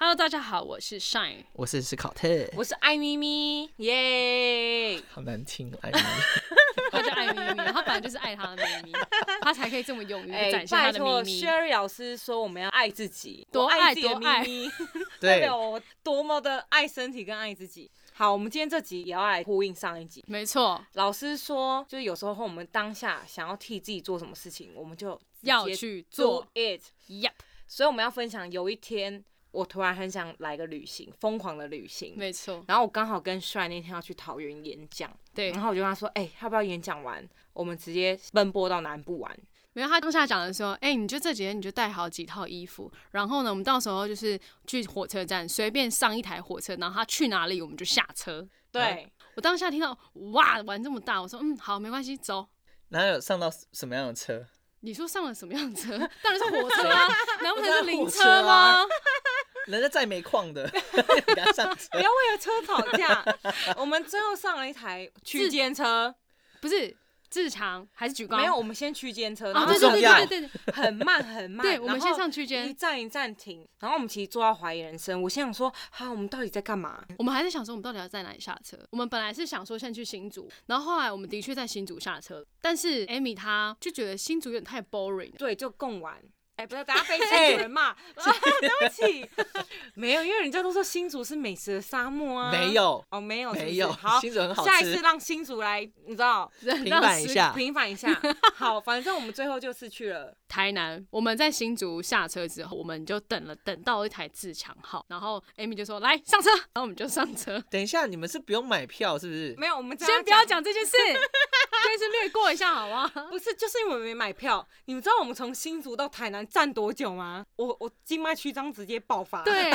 ？Hello，大家好，我是 Shine，我是史考特，我是艾咪咪，耶、好难听 哦，艾米。他叫艾咪咪，他本来就是爱他的咪咪，他才可以这么勇于地哎、展现他拜的托咪咪。 ，Sherry 老师说我们要爱自己，多我爱爱自己的多爱咪咪， 代对表，我多么的爱身体跟爱自己。好，我们今天这集也要来呼应上一集。没错，老师说，就是有时候我们当下想要替自己做什么事情，我们就直接要去 do 做 it。 ，Yep，所以我们要分享，有一天我突然很想来个旅行，疯狂的旅行。没错，然后我刚好跟帅那天要去桃园演讲，对然。后我就跟他说，哎、要不要演讲完，我们直接奔波到南部玩？没有，他当下讲的说，哎、你就这几天你就带好几套衣服，然后呢，我们到时候就是去火车站随便上一台火车，然后他去哪里我们就下车。对，我当下听到哇，玩这么大，我说嗯，好，没关系，走。哪有上到什么样的车？你说上了什么样的车？当然是火车啊，难不成是灵我知道车火车吗啊？人家在煤矿 的，给他上车不。要为了车吵架。 我们最后上了一台区间车，不是自强还是举高？没有，我们先区间车，然啊，后对不对重要对对对对，很慢很慢。对我们然后先上区一间，站一站停，然后我们其实坐到怀疑人生。我心想说，哈，我们到底在干嘛？我们还在想说我们到底要在哪里下车。我们本来是想说先去新竹，然后后来我们的确在新竹下车，但是 Amy 她就觉得新竹有点太 boring 了。对，就共玩。哎、不是，等下被新主人骂、啊，对不起， 没有，因为人家都说新竹是美食的沙漠啊，没，有，哦，没有是不是，没有好，新竹很好下一吃次让新竹来，你知道，平让反一司下。平反一下。好，反正我们最后就是去了，台南，我们在新竹下车之后，我们就等了，等到一台自强号，然后 Amy 就说来上车，然后我们就上车。等一下，你们是不用买票是不是？没有，我们这样先不要讲这件事，这件事略过一下好吗？啊不是，就是因为我们没买票。你们知道我们从新竹到台南站多久吗？我我静脉曲张直接爆发。，对，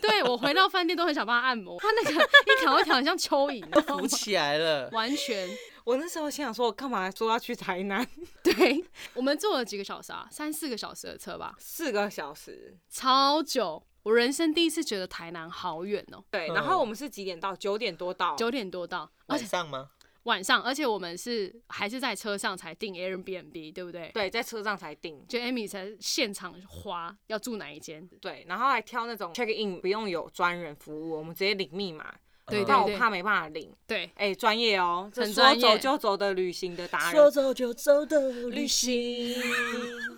对我回到饭店都很想帮他按摩，他那个一条一条很像蚯蚓，你知道吗浮起来了，完全我那时候心想说，我干嘛说要去台南对。我们坐了几个小时啊，三四个小时的车吧，四个小时？超久。我人生第一次觉得台南好远哦、对，嗯然后我们是几点到？九点多到。九点多到，而晚且上吗？晚上，而且我们是还是在车上才订 Airbnb，对不对？对，在车上才订。就 Amy 才现场花要住哪一间，对，然后还挑那种 check in 不用有专人服务，我们直接领密码。嗯对但对我对怕没办法领。对， 哎，专业哦，这很说专走业就走的旅行的达说人。走就走的旅行，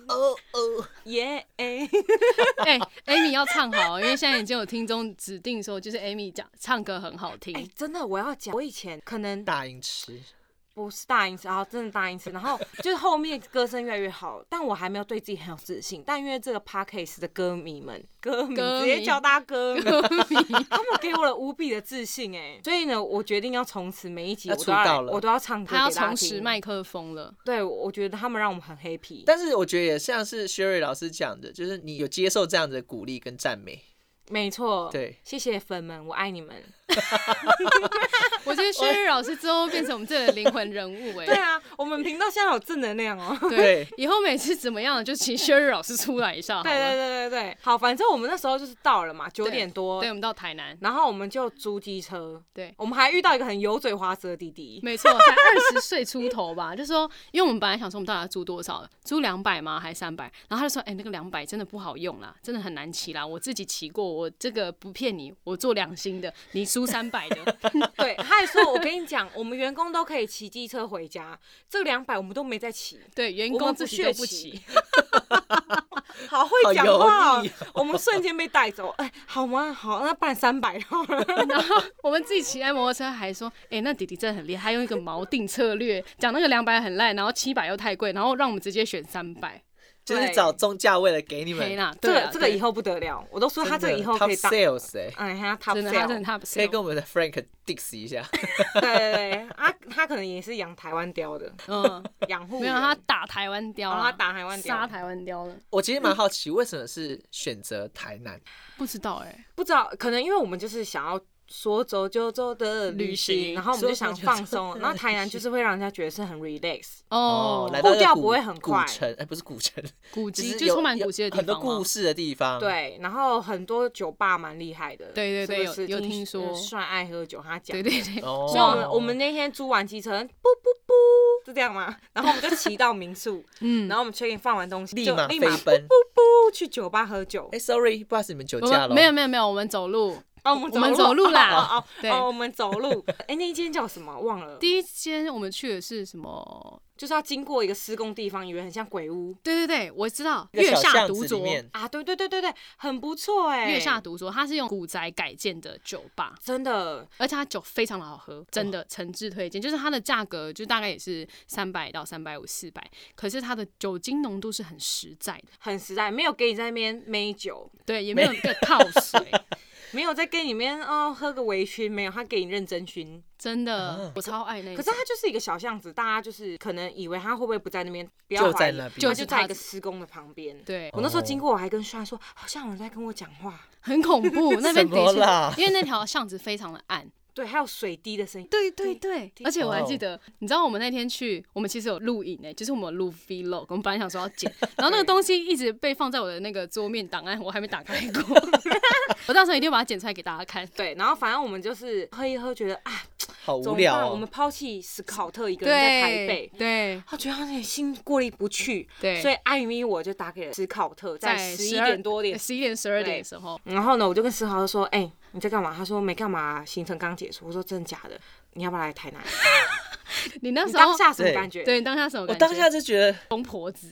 哦哦，耶，哎，哎、a m y 要唱好哦，因为现在已经有听众指定说，就是 Amy 讲唱歌很好听。 哎，真的，我要讲，我以前可能大英池，不是大音痴，然后真的大音痴，然 后就是后面歌声越来越好，但我还没有对自己很有自信。但因为这个 podcast 的歌迷们，歌迷歌迷直接叫大家 歌迷， Amy 他们给我了无比的自信哎、所以呢，我决定要从此每一集我他都出道要了我都要唱歌他要给大家重拾听麦克风 了，对，我觉得他们让我们很 happy，但是我觉得也像是 Sherry 老师讲的，就是你有接受这样子的鼓励跟赞美，没错，对谢谢粉们，我爱你们。我觉得薛日老师之后变成我们这里的灵魂人物哎、对啊，我们频道现在好正能量哦。对，以后每次怎么样，就请薛日老师出来一 下好对了。对对对对，好，反正我们那时候就是到了嘛，九对点多对，，我们到台南，然后我们就租机车，对，我们还遇到一个很油嘴滑舌的弟弟。 没错，才二十岁出头吧，就说，因为我们本来想说我们到底要租多少，租两百吗，还三百？然后他就说，哎、那个两百真的不好用啦，真的很难骑啦，我自己骑过，我这个不骗你，我做良心的，你输三百的， 对，他还说：“我跟你讲，我们员工都可以骑机车回家，这两百我们都没在骑。对，员我工们不自己都屑不骑骑。” 好会讲话、好油哦腻，我们瞬间被带走。哎，好吗？好，那不然三百好了。然后我们自己骑在摩托车还说，哎、那弟弟真的很厉害，他用一个锚定策略，讲那个两百很烂，然后七百又太贵，然后让我们直接选三百。就是找中价位的给你黑们。啦，这对个啊，这个以后后不得了，我都真说的他这个以后 top 可以当， sales 哎，嗯，他 top 真的他真的 sale，他不是可以跟我们的 Frank diss 一下， 对对对，他他可能也是养台湾雕的，嗯， 养护没有人他打台湾雕哦啦，他打台湾雕杀台湾雕了，我其实蛮好奇为什么是选择台南。不知道哎、欸不知道，可能因为我们就是想要说走就走的旅旅行，行然后我们就说走想就走放松，的然后台旅南行就是会让人家觉得是很 relax，哦哦，，来到步一个调古不会很快古城，哎，不是古城，古迹是就有充满有古迹的地很多方嘛故。事的地方。，啊对，然后很多酒吧蛮厉害的，对对对是不是有有听呃说帅爱喝酒，他讲对的。对对，哦，所以我们我们那天租完机车，噗噗噗，是这样吗？然后我们就骑到民宿， 嗯，然后我们 check in 放完东西，立就马立马飞噗 奔。噗去酒吧喝酒哎。，sorry，不好意思，你们酒我驾们了？没有没有没有，我们走路。哦，我们我们走路啦哦哦哦 对哦，我们走路。哎，那一间叫什么？忘了，第一间我们去的是什么？就是要经过一个施工地方，以为很像鬼屋对对对，我知道，一个月小下巷独子里酌，面，啊！对对对对对，很不错哎。月下独酌，它是用古宅改建的酒吧，真的而且它酒非常的好喝，真的诚挚推荐。就是它的价格就大概也是三百到三百五、四百，可是它的酒精浓度是很实在的，很实在，没有给你在那边美酒，对，也没有一个套 水，没有在跟里面哦喝个微醺，没有，他给你认真醺。真的啊，我超爱那一可间。是它就是一个小巷子，大家就是可能以为他会不会不在那边，不要就怀在疑，那就哦边他是。就在一个施工的旁边。对，我那时候经过，我还跟帅说，好像有人在跟我讲话。很恐 怖，那边什么的啦确，因为那条巷子非常的暗。对，还有水滴的声音。对对对，而且我还哦记得，你知道我们那天去，我们其实有录影诶、就是我们有录 vlog，我们本来想说要剪， 然后那个东西一直被放在我的那个桌面档案，我还没打开过， 我到时候一定把它剪出来给大家看。对，然后反正我们就是喝一喝，觉得啊，好怎无么聊办？我们哦。抛弃史考特一个对，人在台北，对他觉得他那心过意不去，对，所以艾米我就打给了史考特，在在十一点多点十一点十二对点的时候，然后呢，我就跟石豪就说：“哎、你在干嘛？”他说：“没干嘛，啊行程刚结束。”我说：“真的假的？你要不要来台南？你那你时当候下什么感觉？对，你当下什么我感觉？当下就觉得，疯婆子，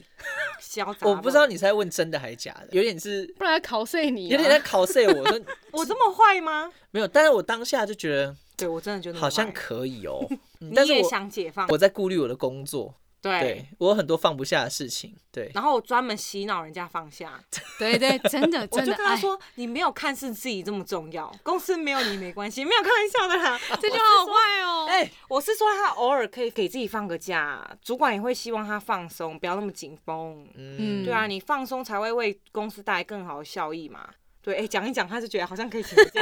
潇洒。我不知道你是在问真的还假的，有点是不然要考碎你啊，有点在 cos 我 说我这么坏吗？没有，但是我当下就觉得对我真的觉得好像可，可以 哦，嗯但你是也我想解放我在顾虑我的工作，对。对我有很多放不下的事情，对，然后我专门洗脑人家放下，对对，真的 我真就的哎跟他爱。说：“你没有看似自己这么重要，公司没有你没关系，没有开玩笑 的啦。这句话好坏哦！哎，我是说他偶尔可以给自己放个假，主管也会希望他放松，不要那么紧绷。嗯，嗯对啊，你放松才会为公司带来更好的效益嘛。对，哎、讲一讲，他就觉得好像可 以请个假。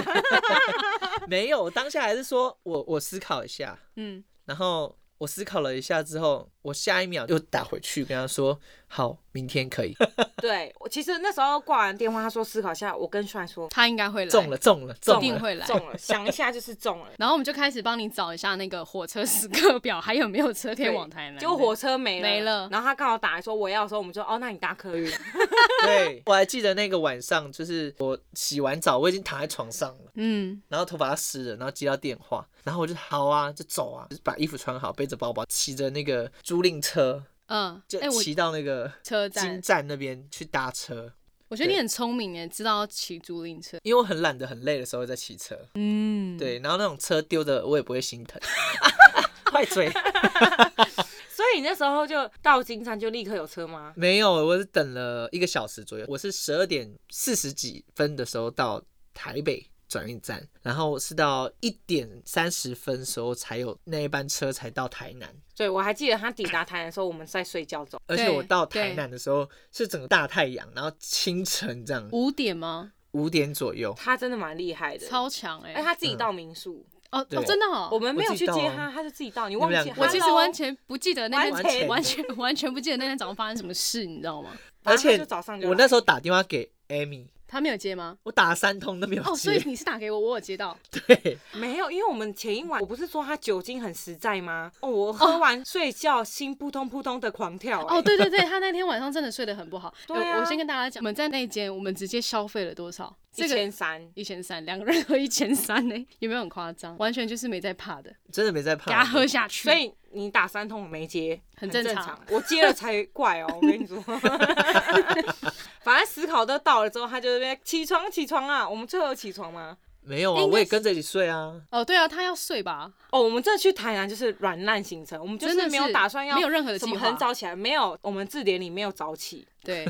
没有，我当下还是说我我思考一下，嗯，然后我思考了一下之后，我下一秒又打回去跟他说，好，明天可以，对，我其实那时候挂完电话，他说思考一下，我跟帅说他应该会来，中了，中了，一中定了，会来。中 了，想一下就是中了。然后我们就开始帮你找一下那个火车时刻表，还有没有车可以往台南？结果火车没了，没了然后他刚好打来说我要的时候，我们就哦，那你搭客运。 对，我还记得那个晚上，就是我洗完澡，我已经躺在床上了。嗯，然后头发要湿了，然后接到电话，然后我就好啊，就走啊，就是把衣服穿好，背着包包，骑着那个租赁车，嗯，就哎、我骑到那个车金站，站那边去搭车，我觉得你很聪明哎，知道要骑租赁车，因为我很懒得、很累的时候再骑车。嗯，，对，然后那种车丢的我也不会心 疼，快嘴，所以你那时候就到金山就立刻有车吗？没有，我是等了一个小时左右，我是十二点四十几分的时候到台北。转运站，然后是到一点三十分的时候才有那一班车才到台南，对，我还记得他抵达台南的时候，我们在睡觉中。而且对我到对台南的时候是整个大太阳，然后清晨这样五点吗？五点左右，他真的蛮厉害的，超强哎、哎，他自己到民宿，哦对哦，真的哦，我们没有去我自接己到他，啊他就自己到。哦你忘你们记？两个我其实 Hello 完全不记得那天完全哦完全完全不记得那天早上发生什么事，你知道吗？反而正他且就早上就我那时候打电话给 Amy，他没有接吗？我打了三通都没有哦，所接以，你 是打给我，我有接到。对，没有，因为我们前一晚我不是说他酒精很实在吗？哦，我喝完睡觉心扑通扑通的狂跳、哎哦， 对对对，他那天晚上真的睡得很不 好。对啊我我先跟大家讲，我们在那间我们直接消费了多少？这一个嗯千三，一千三，两个人喝一千三呢， 有没有很夸张？完全就是没在怕的，真的没在给他怕。喝下去。所以你打三通我没接，很正正常我接了才怪哦，我 跟你说。反正思考都到了之后，他就在那边起床起床啊！我们最后有起床吗？没有啊，应该我也跟着你睡啊。哦，对啊，他要睡吧？哦，我们这去台南就是软烂行程，我们就真的没有是打算要没有任何的什计么划很早起来，没有，我们字典里没有早起， 对，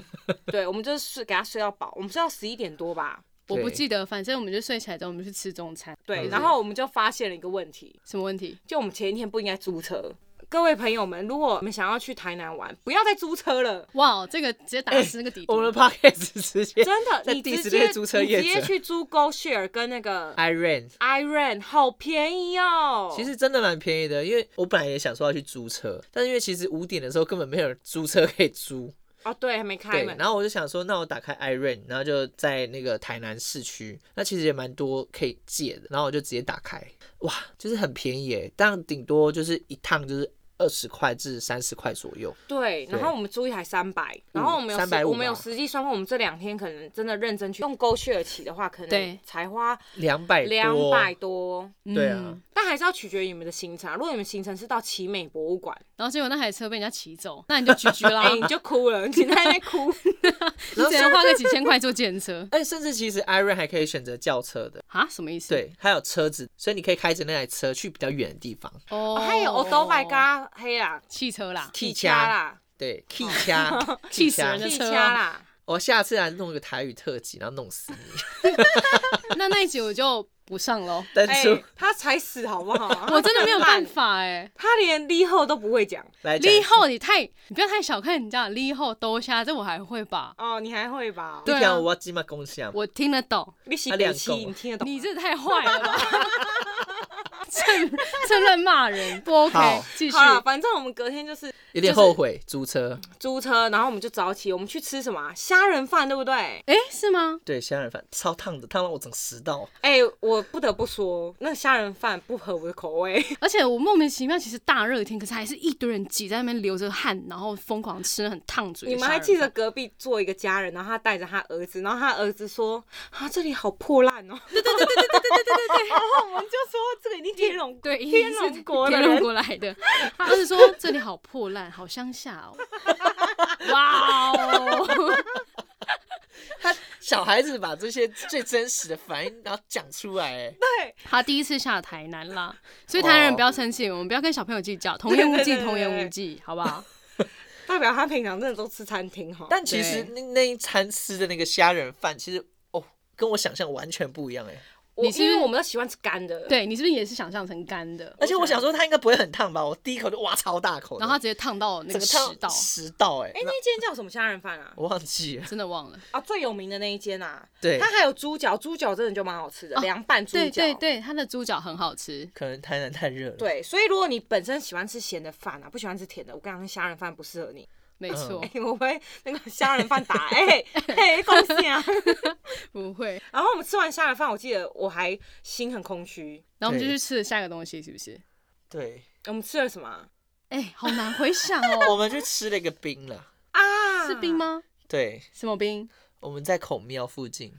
对，我们就是睡给他睡到饱，我们睡到十一点多吧，我不对记得，反正我们就睡起来之后，我们去吃中餐。对，嗯然后我们就发现了一个问题，什么问题？就我们前一天不应该租车，各位朋友们，如果你们想要去台南玩，不要再租车 了。哇，这个直接打死那个底哎我们底。的 podcast 直接真的，在你 diss 直那接些租车你业直接者去租 GoShare 跟那个 i r e n Iron，好便宜哦。其实真的蛮便宜的，因为我本来也想说要去租车，但是因为其实五点的时候根本没有人租车可以租，哦，对，还没开对。门。然后我就想说，那我打开 i r e n 然后就在那个台南市区，那其实也蛮多可以借的，然后我就直接打开，哇，就是很便宜耶，但顶多就是一趟就是二十块至三十块左右。对，然对嗯后我们租一台三百，然后我们有实350我们有嘛实际算过，我们这两天可能真的认真去用 GoShare 起的话，可能对才花两百两百，多。嗯对啊，但还是要取决于你们的行程啊。如果你们行程是到奇美博 物馆，然后结果那台车被人家骑走，那你就居居啦哎、，你就哭了，你在那边哭。你只能花个几千块坐电车哎，甚至其实 i r e n 还可以选择轿车的，啊？什么意思？，对，还有车子，所以你可以开着那台车去比较远的地方。哦，还有啊 o d o b i 加黑啦，汽车啦， T 掐啦，对，气掐，哦气死人掐的汽车掐啊啦。我下次来弄个台语特辑，然后弄死你，那那一集我就不上 喽，登哎、出、他才死好不 好、我真的没有办法。法哎。他连离后都不会讲来讲立。后你太，你不要太小看人家立后兜虾，这我还会吧？哦，你还会吧？你对啊讲我鸡嘛公享，我听得懂，你洗他北两气，狗你听得懂吗？你这太坏了吧！ 趁趁乱骂人不 OK，好继续好。了，反正我们隔天就是有点后悔租车。租车，然后我们就早起，我们去吃什么啊虾仁饭，对不对？哎，是吗？对，虾仁饭超烫的，烫到我整食道。哎、我不得不说，那虾仁饭不合我的口 味。而且我莫名其妙，其实大热天，可是还是一堆人挤在那边流着汗，然后疯狂吃，很烫嘴。你们还记得？隔壁坐一个家人，然后他带着他儿子，然后他儿子说：“啊，这里好破烂哦。”对对对对对对对对对对。 然后我们就说：“这个一定天龙。”对，一定天是龙国的天人龙国来的。 他儿子说：“这里好破烂，好乡下 哦。”哇哦！他小孩子把这些最真实的反应，然后讲出来，哎他第一次下台南啦，所以台南人哦不要生气，我们不要跟小朋友计较，童言无哦对对忌，对童言对无忌，好不好？代表他平常真的都吃餐厅哈。但其实那那一餐吃的那个虾仁饭，其实哦，跟我想象完全不一哦样，哎。我你是因为我们都喜欢吃干的。对你是不是也是想象成干的？而且我想说，它应该不会很烫吧？我第一口就哇，超大啊口的，然后他直接烫到那整个个食烫道，食道，哎哎、，那间叫什么虾仁饭啊？我忘记了。真的忘了。啊，最有名的那一间啊。对它还有猪脚，猪脚真的就蛮好吃的，哦凉拌猪脚。对对对，他的猪脚很好吃。可能台南太热了。对，所以如果你本身喜欢吃咸的饭啊，不喜欢吃甜的，我跟你讲，虾仁饭不适合你。 没错， 哎、我会那个虾仁饭打，哎、哎，恭喜啊！ 不会。然后我们吃完虾仁饭，我记得我还心很空虚。然后我们就对去吃了下一个东西，是不是？对，我们吃了什么啊哎，好难回想我 哦。们去吃了一个冰了。啊？是冰？吗？对， 什么冰？我们在孔庙附近，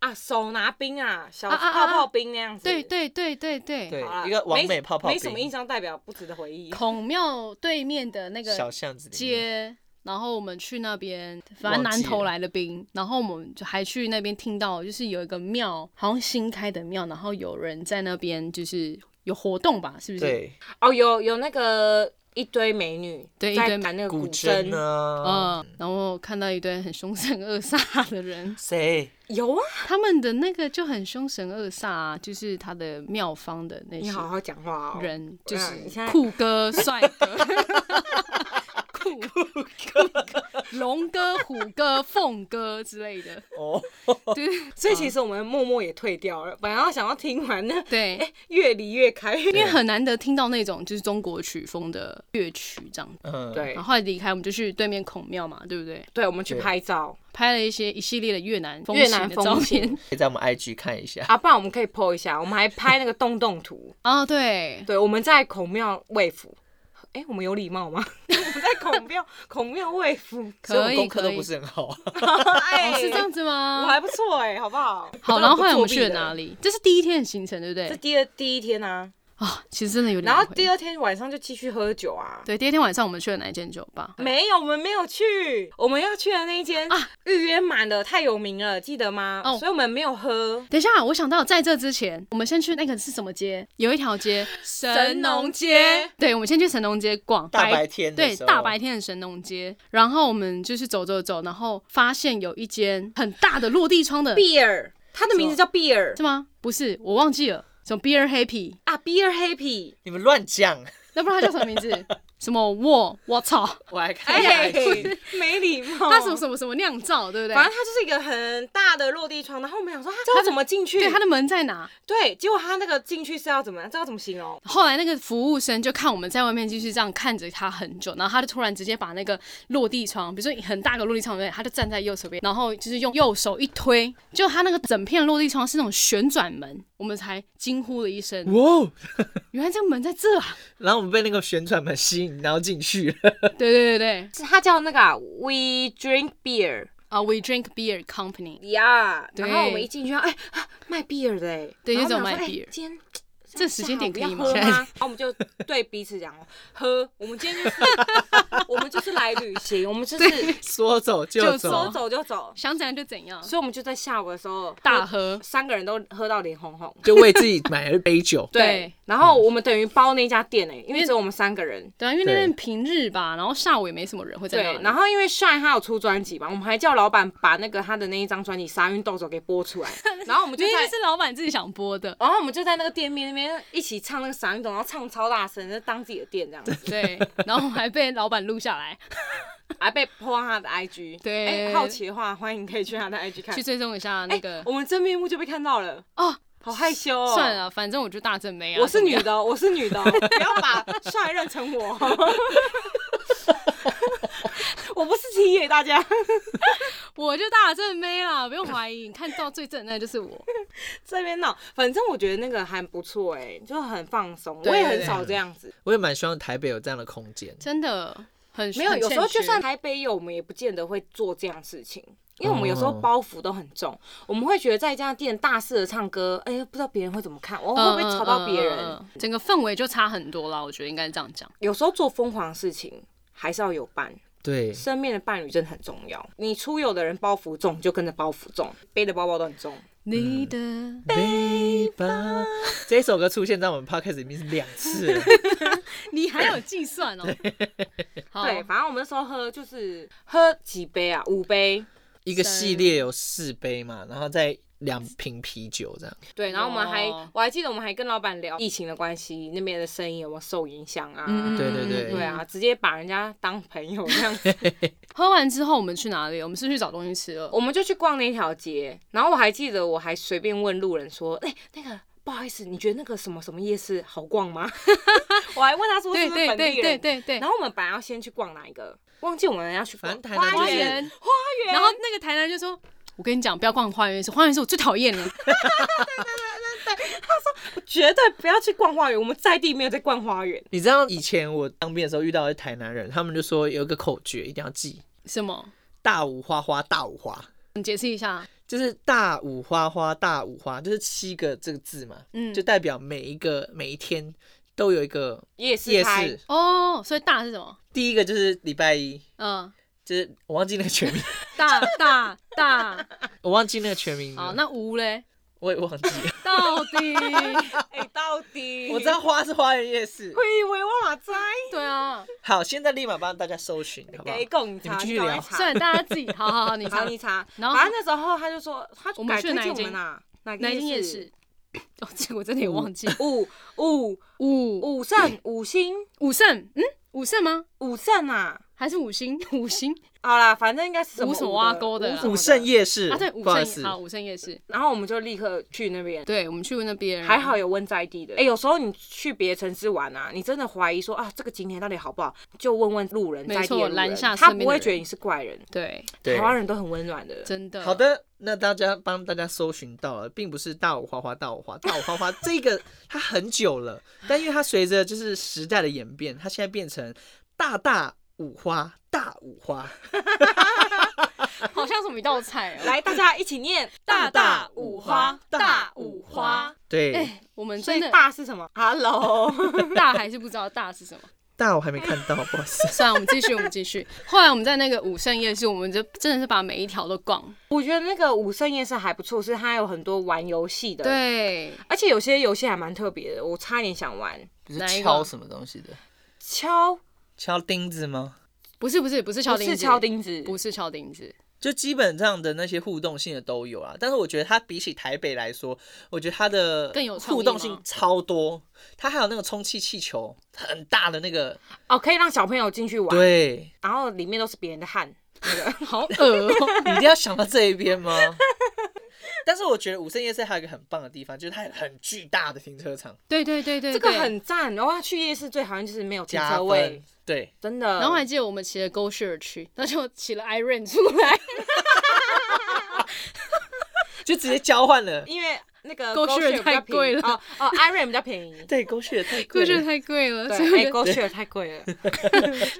啊，手拿冰啊，小啊啊啊泡泡冰那样子。对对对对对，对好啦，，一个完美没泡泡没什么印冰，象，代表不值得回忆。孔庙对面的那小个巷子里面。街。然后我们去那边，反正忘记南投了来的兵，然后我们就还去那边听到，就是有一个庙，好像新开的庙，然后有人在那边就是有活动吧，是不是？对，哦，有有那个一堆美女对一在堆弹那个古筝筝啊，，嗯，然后看到一堆很凶神恶煞的人 谁？有啊，他们的那个就很凶神恶煞、啊，就是他的妙方的那你些好好讲话哦。人，就是你现在酷哥、帅 哥、酷酷哥、龙哥、虎哥、凤哥之类的，哦，对所以其实我们默默也退掉了，本来要想要听完呢，对，越离越开。因为很难得听到那种就是中国曲风的乐曲这样。嗯，对然后后来离开，我们就去对面孔庙嘛，对不对？对，我们去拍照拍了一些一系列的越南风越情南的风照情片。可以在我们 IG 看一下。啊，不然我们可以 PO 一下，我们还拍那个洞洞 图。哦，对，对，我们在孔庙卫府。哎、我们有礼 貌吗？我们在孔庙， 孔庙卫府。所以我可以功课可都以不是很好啊。哎、哦，是这样子我吗？还不错哎、好不好？好，然后后来我们去了真的哪不作弊里？这是第一天的行程，对不的？这对？第二第一天啊，啊，其实真的有点难然回。后第二天晚上就继续喝酒啊。对第二天晚上我们去了哪一间酒吧？没有，我们没有去，我们要去的那一间啊预约满了，太有名了，记得吗？哦所以我们没有喝。等一下，我想到在这之前，我们先去那个是什么街？有一条街，神农街。对，我们先去神农街逛，大白天的对，时候大白天的神农街。然后我们就是走走走，然后发现有一间很大的落地窗的， Beer，它的名字叫 Beer 是吗？不是，我忘记了，什么 Beer Happy，啊，Beer Happy。你们乱讲， 那不知道它叫什么名字？什么我我操，我还看一下哎来信，，没礼貌。他什么什么什么酿造，对不对？反正它就是一个很大的落地窗，然后我们想说，啊它怎么进去？对，他的门在哪？对，结果他那个进去是要怎么样？知道怎么形容？后来那个服务生就看我们在外面继续这样看着他很久，然后他就突然直接把那个落地窗，比如说很大个落地窗对不对，他就站在右手边，然后就是用右手一推，就他那个整片落地窗是那种旋转门，我们才惊呼了一声，哇！哦原来这个门在这啊！然后我们被那个旋转门吸引，然后进去了。对对对对，是它叫那个、啊、We Drink Beer 啊、w e drink beer company，呀、对然后我们一进去，哎、啊卖 beer 的哎、对然后就我只有们卖想说 beer 哎今天。这时间点可以吗吗？喝然后我们就对彼此讲哦，喝。我们今天就是， 我们就是来旅行，我们就是说走就走就走说，走就走。想怎样就怎样，所以我们就在下午的时候大，喝，。三个人都喝到脸红红。就为自己买了一杯酒对，然后我们等于包那家店哎、因为只有我们三个人。对啊，因为那对边平日吧，然后下午也没什么人会在那对，里。然后因为 Shine 他有出专辑嘛，我们还叫老板把那个他的那一张专辑《沙运豆手》给播 出来，然后我们就明在明，是老板自己想播的，然后我们就在那个店面那边一起唱那个《沙运豆》，然后唱超大声，就当自己的店这 样子，对，然后还被老板录下来，还被泼到他的 IG。对哎好奇的话，欢迎可以去他的 IG 看去。追踪一下哎那个、我们真面目就被看到了，哦。好害羞哦。算，了，反正我就大正妹啊。我是怎么女样，的哦，我是 女的哦，不要把 Shine 认成我。 我不是 T 耶，大家我就大正妹啦，不用怀疑。你看到最正的那就是我。 这边闹，反正我觉得那个还不错哎、就很放松，对我也对很对少这样子。我也蛮希望台北有这样的空间。真的很没有，很有时候欠就缺算台北有，我们也不见得会做这样的事情，因为我们有时候哦包袱都很重，我们会觉得在一家店大肆的唱歌，哎、不知道别人会怎么看，我会不会吵到别人？嗯嗯嗯嗯整个氛围就差很多啦。我觉得应该这样讲。有时候做疯狂的事情。还是要有伴，对，身边的伴侣真的很重要。你出游的人包袱重，你就跟着包袱重，背的包包都很重。你的背包这首歌出现在我们 podcast 里面是两次 了，你还有计算 哦。好，对，反正我们那时候喝就是喝几杯啊，五杯。一个系列有四杯嘛，然后再两瓶啤酒这样。对，然后我们还哦我还记得我们还跟老板聊疫情的关系，那边的生意有没有受影响啊？嗯对对对对啊，直接把人家当朋友这样 子，喝完之后我们去哪里？我们是去找东西吃了。我们就去逛那条街。然后我还记得，我还随便问路人说：“哎、那个不好意思，你觉得那个什么什么夜市好逛吗？” 我还问他说对是不是对本地对人。对对对然。后我们本来要先去逛哪一个，忘记我们要去逛反正台南花就是园，花园。然后那个台南就说：“我跟你讲，不要逛花园是花园是我最讨厌的。”绝对不要去逛花园，我们在地没有在逛花园。你知道以前我当兵的时候遇到一台南人，他们就说有一个口诀一定要记：什么？大五花花大五花，你解释一下。就是大五花花大五花，就是七个这个字嘛，嗯就代表每一个每一天都有一个夜市夜开市。哦，所以大是什么？第一个就是礼拜一，嗯，就是我忘记那个全名，大大大。我忘记那个全名 好，了，那无嘞？我也忘 记了。到底？ 哎、到底我知道花是花园夜市。我以为我哪知？对啊，好，现在立马帮大家搜寻，好不好给？贡你茶，们继续赶快聊查算了，大家自己好好好，你查查你查。然后反正那时候他就说，他我就们改去推哪一荐我间们啊，哪哪一间夜市市？？哦，这个我真的也忘记。五五五五胜五星五胜，嗯，五胜吗？五胜啊！还是五星？ 五星好啦，反正应该是什么五什么五挖沟的啦什么武圣夜市啊？对，五不好意思胜好，，五胜夜市。然后我们就立刻去那边。对，我们去那边还好有问在地的，哎、有时候你去别的城市玩啊，你真的怀疑说啊，这个景点到底好不好，就问问路人，没在地的错路拦人下他身边不的会人觉得你是怪人。对，对台湾人都很温暖的，真的好。的，那大家帮大家搜寻到了，并不是大五花花大五花大五花花这个它很久 了，但因为它随着就是时代的演变，它现在变成大大五花大五花，好像什么一道菜哦。来，大家一 起念大大五花大五花。对，哎，我们所真以的大是什么？Hello， 大还是不知道大是什么。大我还没看到，不好意 思。算了，我们继续，我们继续。后来我们在那个武圣夜市，我们就真的是把每一条都逛。我觉得那个武圣夜市还不错，是它有很多玩游戏的，，对，而且有些游戏还蛮特别的，我差点想玩不哪一个敲什么东西的？敲，敲钉子吗？不是不是不是敲不钉子，是敲钉子，不是敲钉子，就基本上的那些互动性的都有啊。但是我觉得它比起台北来说，我觉得它的更有创意互动性吗超多。它还有那个充气气球，很大的那个，哦，可以让小朋友进去玩， 对，然后里面都是别人的汗。好恶哦、 你一定要想到这一边吗？但是我觉得武圣夜市还有一个很棒的地方，就是它有很巨大的停车场，对对对对，这个对。很赞。然后他去夜市最讨厌就是没有停加车位分，。对，真的。然后还记得我们骑了 Go Share 去，那就骑了 Iron 出来 就直接交换了。因为那个 Go Go Share Share 比较太便宜贵了哦哦，Iron 比较 便宜。 对，狗血太，Go 贵 Share 了。太贵了，所以我对，觉哎得，Go Share 太贵了。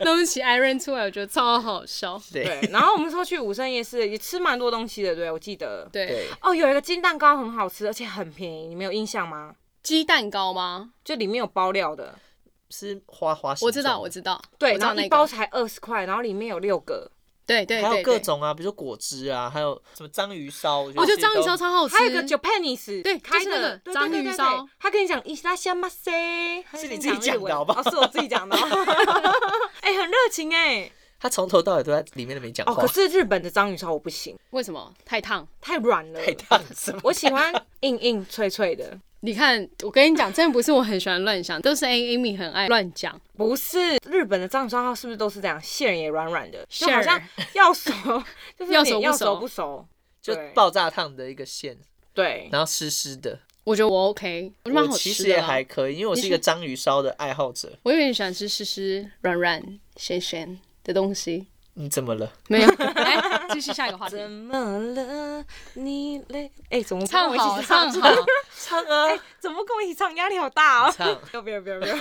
那我们骑 Iron 出来，我觉得超好笑。对对，然后我们说去武圣夜市也吃蛮多东西的，对我记得。对，对，哦，有一个金蛋糕很好吃，而且很便宜，你们有印象吗？鸡蛋糕吗？就里面有包料的，是花花。我知道，我知道，对，我知道然后那一个包才二十块，然后里面有六个，对对还有对，各对。种啊，比如说果汁啊，还有什么章鱼烧。我我觉得章鱼烧超好吃，还有一个 Japanese 对开就是那的个章鱼烧，对对对对他跟你讲伊拉夏马塞，是你自己讲的好不好哦，是我自己讲的， 哎，很热情哎。他从头到尾都在里面都没讲哦，话可，是日本的章鱼烧我不行，为什么太烫？太软了，太烫什么？我喜欢硬硬脆脆的，你看，我跟你讲，真的不是我很喜欢乱想，都是 A Amy 很爱乱讲。不是日本的章鱼烧，它是不是都是这样，馅也软软的，就好馅像儿要 熟，就是要你熟不要熟熟不熟，就对爆炸烫的一个馅，对，然后湿湿的。我觉得我 OK，我觉得蛮我好其吃实的啊也啦。还可以，因为我是一个章鱼烧的爱好者。我有点喜欢吃湿湿、软软、咸咸的东西。你怎么了？没有， 来继续下一个话题。怎么了？你累？哎，怎么不跟唱我一好，起唱好。唱啊！ 怎么不跟我一起唱？压力好大哦！ 唱。不要不要不要不要！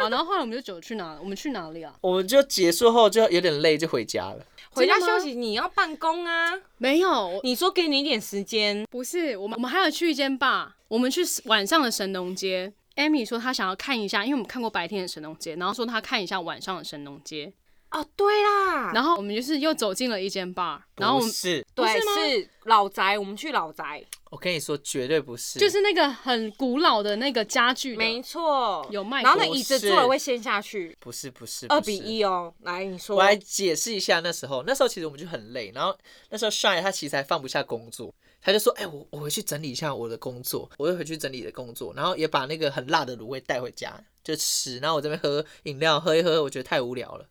好，然后后来我们就走去哪？我们去哪里啊？ 我们就结束后就有点累，就回家了。回家真的休吗息，你要办公啊！没有，我你说给你一点时间，不是我们，我们还有去一间吧，我们去晚上的神农街。Amy 说她想要看一下，因为我们看过白天的神农街，然后说她看一下晚上的神农街，哦，对啦，然后我们就是又走进了一间 bar，然后我不们是，对啊哦不是吗是老宅，我们去老宅，我跟你说，绝对不是，就是那个很古老的那个家具的，没错，有卖然后那过椅子是坐了会陷下去，不是不是二比。不是一哦。来，你说我，来解释一下那时候，那时候其实我们就很累，然后那时候 Shine 他其实还放不下工作，他就说：“哎、我我回去整理一下我的工作，我又回去整理的工作，然后也把那个很辣的卤味带回家就吃，然后我这边喝饮料喝一喝，我觉得太无聊了，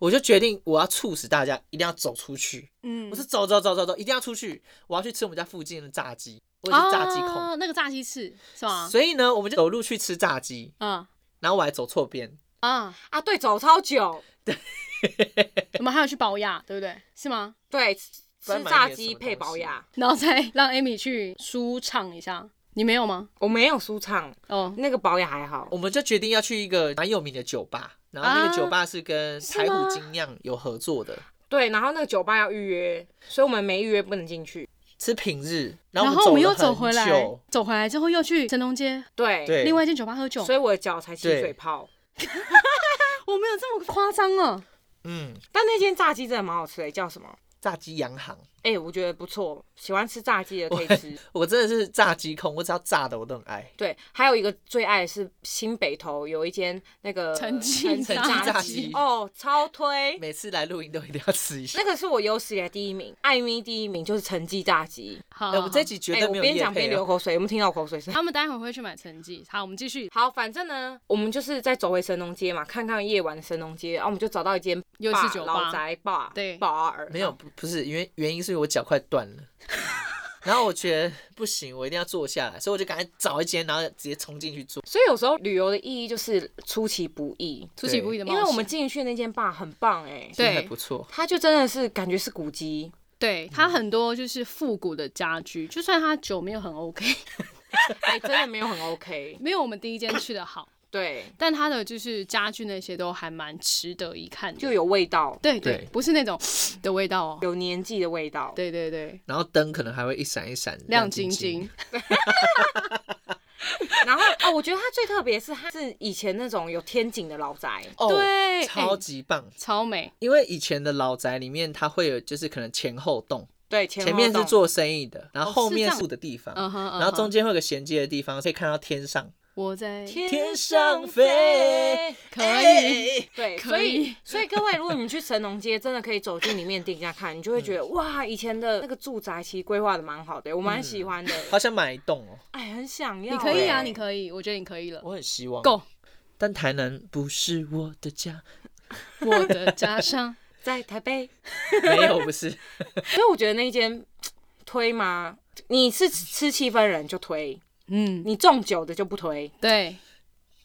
我就决定我要促使大家一定要走出去，嗯我是走走走走走，一定要出去，我要去吃我们家附近的炸鸡，我也是炸鸡控，啊，那个炸鸡翅是吧？所以呢，我们就走路去吃炸鸡，嗯然后我还走错边，啊，啊，对，走超久，我们还有去保雅，对不对？是吗？ 对，吃专吃门炸一点什鸡么配东保西雅，然后再让 Amy 去舒畅一下，你没有吗？我没有舒畅，哦，那个保雅还好我，们就决定要去一个蛮有名的酒吧，然后那个啊酒吧是跟是台虎吗精酿有合作的，对，然后那个酒吧要预约，所以我们没预约不能进去，是平日，然后后我我们们又走走了很回来久，走回来之后又去神农街对，对，另外一间酒吧喝酒，所以我的脚才起对水泡。我没有这么夸张哦。嗯，但那间炸鸡真的蛮好吃的，叫什么？炸鸡洋行，哎、我觉得不错，喜欢吃炸鸡的可以吃。我真的是炸鸡控，我只要炸的我都很爱。对，还有一个最爱的是新北头有一间那个陈记陈炸炸鸡鸡哦，超推。每次来录音都一定要吃一下那。个是我有史以来第一名，艾米第一名就是陈记炸鸡。好，哎，我好这一集绝哎、对我没有边夜讲边配流啊。口水，有没有听到我口水声？ 他们待会会去买成绩。好，我们继续，好，反正呢，我们就是在走回神农街嘛，看看夜晚的神农街，啊然、后我们就找到一间又是 bar，酒老吧，宅 bar，对 bar，哦没有，不不是，因为原因是因为我脚快断 了。然后我觉得不行，我一定要坐下来，所以我就赶快找一间，然后直接冲进去坐。所以有时候旅游的意义就是出其不意，出其不意的因冒险，为我们进去那间 bar 很棒哎、其实还对不错。它就真的是感觉是古迹，对它很多就是复古的家具，就算它酒没有很 OK， 哎、真的没有很 OK。没有我们第一间去的好，对，但它的就是家具那些都还蛮值得一看的，就有味道，对对对，不是那种的味道哦，有年纪的味道。对对对，然后灯可能还会一闪一闪，亮晶晶 晶。，然后哦，我觉得它最特别是它是以前那种有天井的老宅，哦，对超哎级棒。超美，因为以前的老宅里面，它会有就是可能前后栋，对，前前后面是栋做生意的，然后后哦是面这是样住的地方，嗯哼，嗯哼然后中间会有个衔接的地方，可以看到天上，我在天哎上飞，可以，对，可所以以所以各位，如果你们去神农街，真的可以走进里面定价看，你就会觉得哇，以前的那个住宅其实规划的蛮好的，我蛮喜欢的，好想买一栋哦，哎，很想要。你可以啊，哎你可以，我觉得你可以了。我很希望。够，但台南不是我的家，我的家乡在台北，没有不是，所以我觉得那一间推吗？你是吃七分人就推，嗯，你中酒的就不推。对，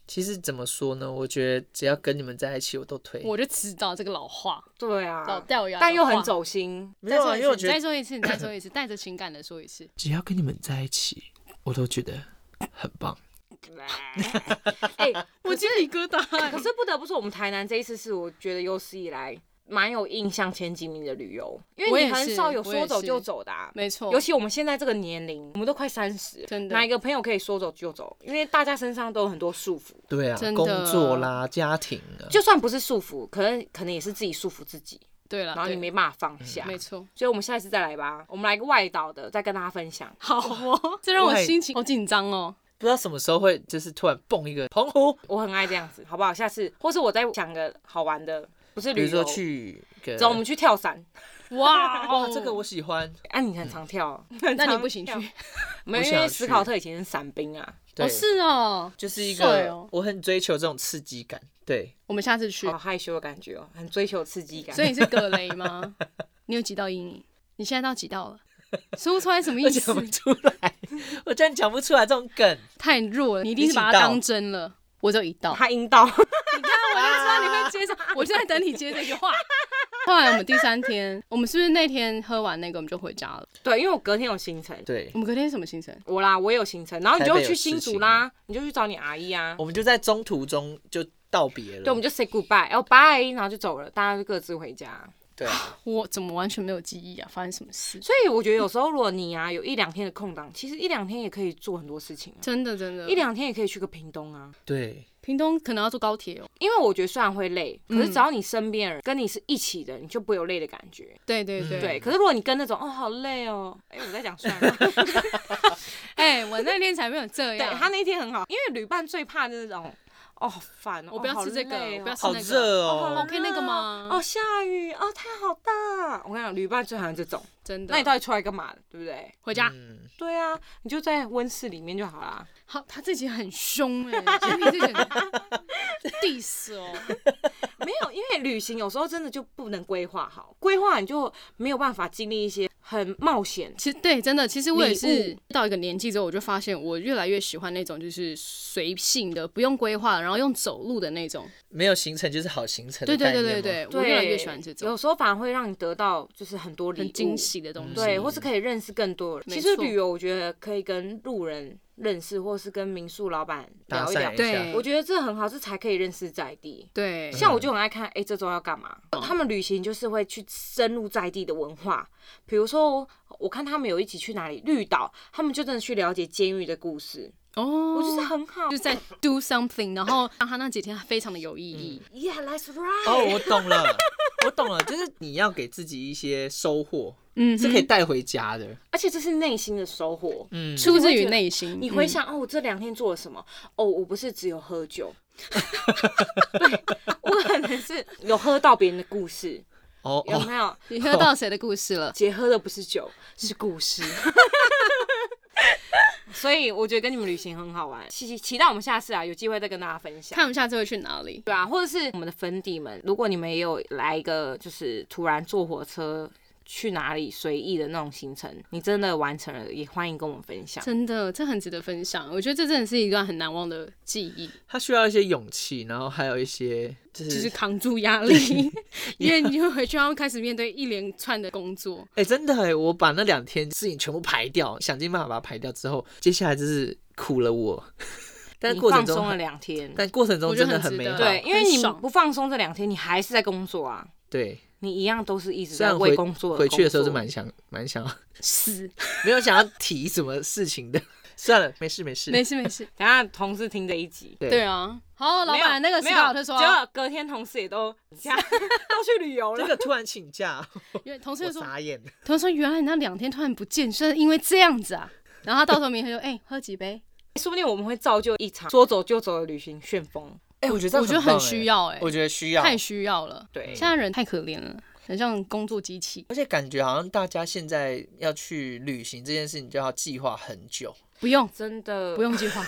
其实怎么说呢？我觉得只要跟你们在一起，我都推。我就知道这个老话，对老啊，掉牙，但又很。走心。没有啊，因为我你觉再得说一次，你再说一次，带着情感的说一次。只要跟你们在一起，我都觉得很棒。 哎、我鸡皮疙 可瘩。是不得不说，我们台南这一次是我觉得有史以来蛮有印象前几名的旅游，因我为也你是很少有我也说是走就走的、啊。没错尤，其我们现在这个年龄，我们都快三十，真的哪一个朋友可以说走就走？因为大家身上都有很多束缚，对啊，真的工作啦，家庭啊，就算不是束缚，可能可能也是自己束缚自己，对了，然后你对嗯没办法放下。没 错。所以我们下一次再来吧，我们来一个外岛的，再跟大家分享。好哦，这让我心情好紧张哦。不知道什么时候会就是突然蹦一个澎湖，我很爱这样子，好不好？下次或是我再想个好玩的，不是比旅如游说，去个，走我们去跳伞。哇哇，哦，这个我喜欢，啊，你很常 跳啊，那你不行去 没嗯我有，因想为去史考特以前是伞兵啊。对，哦，是哦，就是一帅个哦我很追求这种刺激感，对，我们下次去好。害羞的感觉哦，很追求刺激感。所以你是葛雷 吗？你有几道阴影？你现在到几道了？说不出来什么 意思讲，不出来，我真的讲不出来这种梗，太弱了，你一定是把你它几道当真了。我只有一道，他阴道，知道你会接受， 我就在等你接这句话。后来我们第三天，我们是不是那天喝完那个我们就回家了？ 对，因为我隔天有行程，对我，们隔天什么行程？我啦，我也有行程，然后你台就北有去新事竹情哦啦，你就去找你阿姨啊我，们就在中途中就道别了，对，我们就 say goodbye，哦 bye，然后就走了，大家就各自回家。对 啊我怎么完全没有记忆啊？发生什么事？所以我觉得有时候如果你啊有一两天的空档，其实一两天也可以做很多事情啊，真的真的一，两天也可以去个屏东啊。对，屏东可能要坐高铁哦。因为我觉得虽然会累，可是嗯只要你身边的人跟你是一起的，你就不会有累的感觉。对对对嗯对，，可是如果你跟那种哦好累哦，哎、我在讲算 了，哎，我那天才没有这对样。他那天很好，因为旅伴最怕那种哦好烦哦，我不要哦好吃这个，累我哦不要吃好那个。热哦好哦， OK 那个吗哦，下雨哦，太好大！我跟你讲，旅伴最讨厌这种。真的，那你到底出来干嘛的？对不对？回家。嗯，对啊，你就在温室里面就好 啦。好，他自己很凶哎， 所以你自己很 diss 哦。没有，因为旅行有时候真的就不能规划好，规划你就没有办法经历一些很冒险。其实对，真的，其实我也礼是物到一个年纪之后，我就发现我越来越喜欢那种就是随性的，不用规划，然后用走路的那种。没有行程就是好行程的对对概念对嘛，对对，我越来越喜欢这有种时候反而会让你得到就是很多礼很物，惊喜的嗯东西。对，或是可以认识更多人。没其实错旅游我觉得可以跟路人认识，或是跟民宿老板搭聊一聊讪一。对下，我觉得这很好，这才可以认识在地。对，像我就很爱看，哎、这周要干嘛？他们旅行就是会去深入在地的文化，比如说我看他们有一起去哪里绿岛，他们就真的去了解监狱的故事，哦，我觉得很好就。是在 do something，然后让他那几天非常的有意义。 Yeah, that's right。哦，我懂了， 我懂了，就是你要给自己一些收获，嗯是可以带回家的，而且这是内心的收获。嗯，出自于内心。你回嗯想、哦，我这两天做了什么？哦，我不是只有喝 酒，对我可能是有喝到别人的故事，哦有哦，没有？你喝到谁的故事了？姐喝的不是酒，是故事。 所以我觉得跟你们旅行很好玩，期期待我们下次啊有机会再跟大家分享看。我们下次会去哪里？对啊，或者是我们的粉底们，如果你们也有来一个就是突然坐火车去哪里随意的那种行程，你真的完成了，也欢迎跟我们分享。真的，这很值得分享。我觉得这真的是一段很难忘的记忆，他需要一些勇气，然后还有一些就就是是扛住压力，因为你就回去要开始面对一连串的工作。哎、真的哎、我把那两天事情全部排掉，想尽办法把它排掉之后，接下来就是苦了我。但你过程放中松了很，两天，但过程中我觉真得的很值美得好。对，因为很你爽不放松这两天，你还是在工作啊，对，你一样都是一直虽在然为啊回工作而回去的时候是工作蛮想蛮想，死，没有想要提什么事情的。算了，没事没事。没事没事。等下同事听这一集。对对啊，好，老没有板那个没史有考特说结啊，果隔天同事也都 家都去旅游这了。个突然请假，因为同事我就说，傻眼。同事说原来你那两天突然不见，是因为这样子啊。然后他到时候明天就哎、喝几杯，说不定我们会造就一场说走就走的旅行旋风。哎、我觉得这样我觉得棒很需，要哎、哎我觉得需要，太需要了。对现，在人太可怜了，很像工作机器，而且感觉好像大家现在要去旅行这件事情就要计划很久。不用真的 不用计划，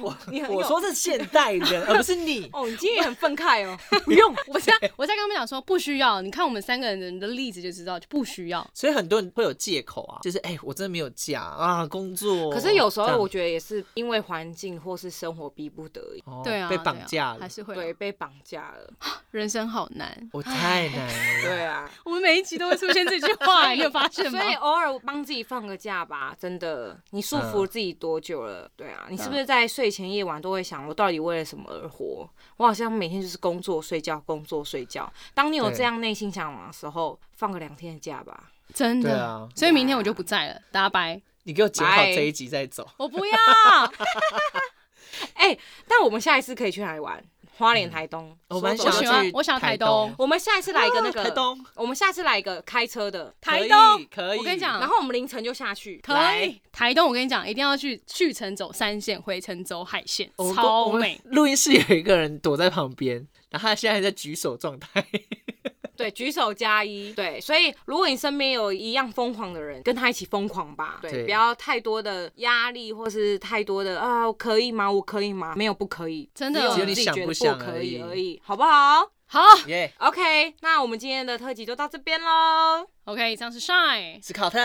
我，你很有我说是现代人，而不是你。哦，你今天也很愤慨 哦。不 用，我在我在跟他们讲说不需要，你看我们三个人的例子就知道，就不需要。所以很多人会有借口啊，就是哎、我真的没有假啊，工作。可是有时这候样我觉得也是因为环境或是生活逼不得已，哦对啊，被对绑啊架还了，是会对，啊被绑架了。人生好难。我太难了。对啊，我们每一集都会出现这句话，你有发现吗所？以偶尔帮自己放个假吧，真的。你束缚自己多久嗯了？对啊，你是不是在睡前夜晚都会想，我到底为了什么而活？我好像每天就是工作、睡觉、工作、睡觉。当你有对这样内心想法的时候，放个两天的假吧。真对的，啊，所以明天我就不在了，大家拜。你给我剪好拜这一集再走。我 不要，哎、但我们下一次可以去哪里玩？花莲、台东。嗯我蛮说想要走就喜走欢去我想要台东啊东，我们下一次来一个那个，台东，我们下次来一个开车的，可以嗯东可以。我跟你讲然后我们凌晨就下去。可以。台东，我跟你讲，一定要去去程走山线，回程走海线哦我们，超我们美。 录音室有一个人躲在旁边，然后他现在在举手状态。 对，举手加一。对，所以如果你身边有一样疯狂的人，跟他一起疯狂吧。对，对不要太多的压力，或是太多的啊，我可以吗？我可以吗？没有不可以，真的只有只有你自己想觉不得想可而以已而已，好不好好耶、 ？OK，那我们今天的特辑就到这边喽。 ，OK，以上是 Shine，斯考特，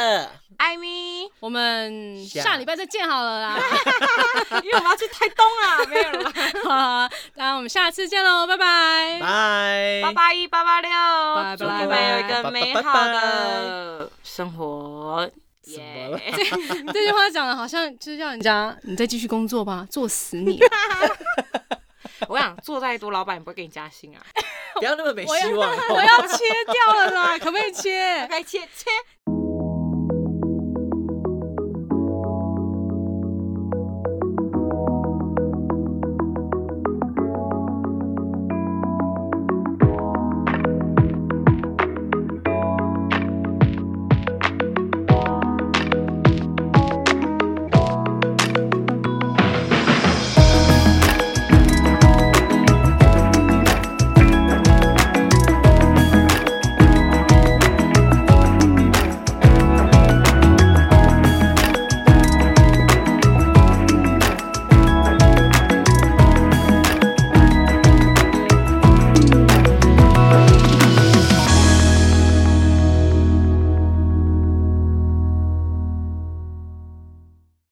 艾米， 因我们下下礼拜再见好了啦。为我们要去台东啦，没有了 啦，好，那我们下次见喽，拜拜。哎拜八八一八八六，拜祝你们有一个美好的生活。怎么了耶这句话讲的好像就是叫人家你再继续工作吧，作死 你。 我想做再多，老板也不会给你加薪啊。 不要那么没希望。我要切掉了啦，可不可以切？ OK，切切。